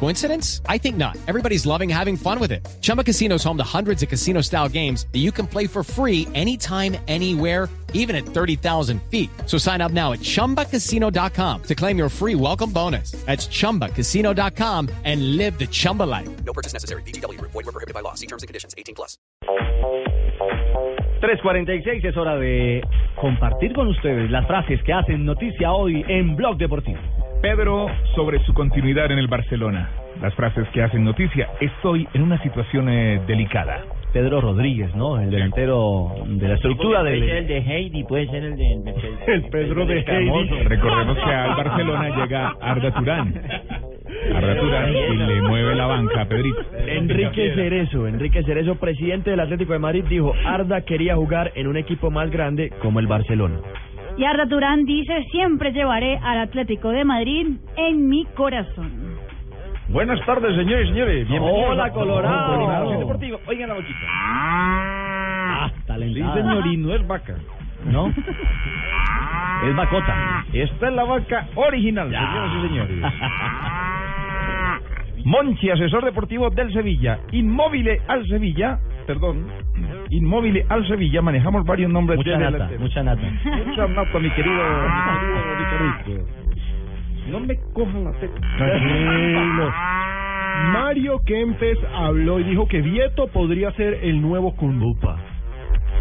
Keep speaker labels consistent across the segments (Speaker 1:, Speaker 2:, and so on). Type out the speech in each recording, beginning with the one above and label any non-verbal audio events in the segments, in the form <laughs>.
Speaker 1: Coincidence? I think not. Everybody's loving having fun with it. Chumba Casino is home to hundreds of casino style games that you can play for free anytime, anywhere even at 30,000 feet. So sign up now at ChumbaCasino.com to claim your free welcome bonus. That's ChumbaCasino.com and live the Chumba life.
Speaker 2: No purchase necessary. BGW. Void were prohibited by law. See terms and conditions. 18 plus.
Speaker 3: 3.46 es hora de compartir con ustedes las frases que hacen noticia hoy en Blog Deportivo.
Speaker 4: Pedro sobre su continuidad en el Barcelona. Las frases que hacen noticia. Estoy en una situación eh, delicada.
Speaker 3: Pedro Rodríguez, ¿no? El delantero de la estructura del...
Speaker 5: de Heidi, puede ser el de...
Speaker 3: El Pedro de Heidi.
Speaker 4: Recordemos que al
Speaker 5: <laughs>
Speaker 4: Barcelona llega Arda Turán. Arda Turán y le mueve la banca a Pedrito.
Speaker 3: Enrique Cerezo, Enrique Cerezo, presidente del Atlético de Madrid, dijo, Arda quería jugar en un equipo más grande como el Barcelona.
Speaker 6: Y Arda Turán dice, siempre llevaré al Atlético de Madrid en mi corazón.
Speaker 7: Buenas tardes, señores y señores. Bienvenidos
Speaker 3: Hola,
Speaker 7: a
Speaker 3: Colorado.
Speaker 7: Colorado Deportivo. Oigan la boquita.
Speaker 3: Ah,
Speaker 7: Sí,
Speaker 3: talentada.
Speaker 7: señor, y no es vaca.
Speaker 3: <laughs> ¿No? Es
Speaker 5: Ah.
Speaker 3: Bacota.
Speaker 7: Esta es la vaca original, señoras y
Speaker 3: <laughs>
Speaker 7: señores. Monchi, asesor deportivo del Sevilla. Inmóvil al Sevilla. Perdón. Inmóvil al Sevilla. Manejamos varios nombres.
Speaker 3: Mucha
Speaker 7: de
Speaker 3: nata,
Speaker 7: delanteros.
Speaker 3: mucha nata.
Speaker 7: Mucha nata, mi querido,
Speaker 4: Ah.
Speaker 7: mi
Speaker 3: Ah.
Speaker 7: querido Ricardo. No me coja la teta.
Speaker 3: Mario Kempes habló y dijo que Vieto podría ser el nuevo Kundupa.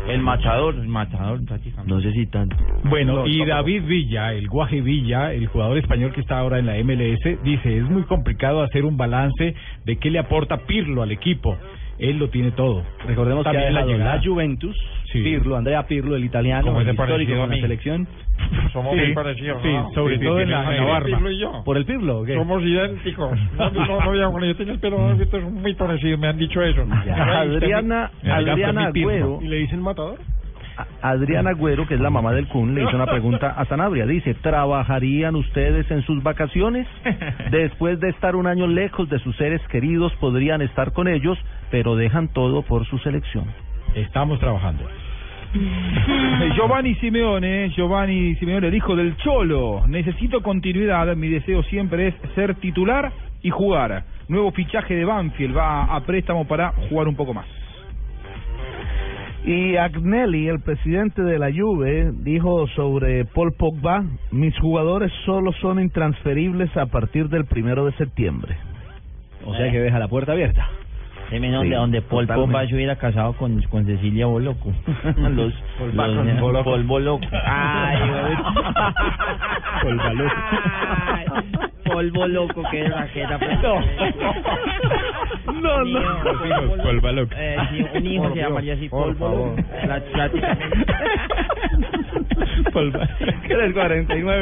Speaker 7: El machador, el machador.
Speaker 3: No sé si tanto.
Speaker 4: Bueno,
Speaker 7: No,
Speaker 4: y
Speaker 7: tampoco.
Speaker 4: David Villa, el guaje Villa, el jugador español que está ahora en la MLS, dice, es muy complicado hacer un balance de qué le aporta Pirlo al equipo. Él lo tiene todo.
Speaker 3: Recordemos
Speaker 4: También
Speaker 3: que ha
Speaker 4: la
Speaker 3: dejado la,
Speaker 4: llegada.
Speaker 3: Juventus,
Speaker 4: Sí.
Speaker 3: Pirlo, Andrea Pirlo, el italiano,
Speaker 4: Como
Speaker 3: el
Speaker 4: ese
Speaker 3: histórico
Speaker 4: parecido
Speaker 3: con
Speaker 4: a
Speaker 3: la
Speaker 4: mí.
Speaker 3: selección,
Speaker 7: Somos
Speaker 4: Sí,
Speaker 7: muy parecidos.
Speaker 4: sí,
Speaker 7: ¿no?
Speaker 4: sobre todo en la- en la barba.
Speaker 7: Pirlo y yo.
Speaker 3: por el Pirlo, ¿o qué? Mm.
Speaker 7: Somos idénticos. No, no, no, había- bueno, yo tenía el pelo largo, esto es muy parecido, me han dicho eso.
Speaker 3: Ya.
Speaker 7: Ay, usted
Speaker 3: Adriana,
Speaker 4: me alcanza
Speaker 3: Adriana
Speaker 4: mi Pirlo.
Speaker 3: Agüero,
Speaker 7: me- ¿Y le dicen matador?
Speaker 3: a- Adriana Agüero, que es la mamá del Kun, le hizo una pregunta a Sanabria. Dice, ¿trabajarían ustedes en sus vacaciones? Después de estar un año lejos de sus seres queridos, podrían estar con ellos, pero dejan todo por su selección.
Speaker 4: Estamos
Speaker 7: <laughs>
Speaker 4: trabajando.
Speaker 7: Giovanni Simeone, Giovanni Simeone, el hijo del Cholo. Necesito continuidad, mi deseo siempre es ser titular y jugar. Nuevo fichaje de Banfield, va a préstamo para jugar un poco más.
Speaker 3: Y Agnelli, el presidente de la Juve, dijo sobre Paul Pogba, mis jugadores solo son intransferibles a partir del primero de septiembre. O sea que deja la puerta abierta.
Speaker 5: Dime donde,
Speaker 3: Sí,
Speaker 5: donde Paul
Speaker 3: totalmente.
Speaker 5: Pogba se hubiera casado con, con Cecilia Boloco. <laughs> los,
Speaker 7: Pogba
Speaker 5: los-
Speaker 7: con Boloco.
Speaker 5: Paul Boloco.
Speaker 3: Ay, güey. Pogba loco.
Speaker 5: Ay, Paul Boloco, qué vaqueta. pues. <laughs>
Speaker 3: No,
Speaker 5: Mío,
Speaker 3: no.
Speaker 5: Paul Boloco.
Speaker 4: Paul Baloco.
Speaker 5: Eh, sí, un hijo
Speaker 7: Por
Speaker 5: se
Speaker 7: Dios,
Speaker 5: llamaría así, Paul
Speaker 7: por
Speaker 5: Boloco.
Speaker 7: favor.
Speaker 5: Prácticamente. <laughs>
Speaker 4: Paul Baloco.
Speaker 3: 349.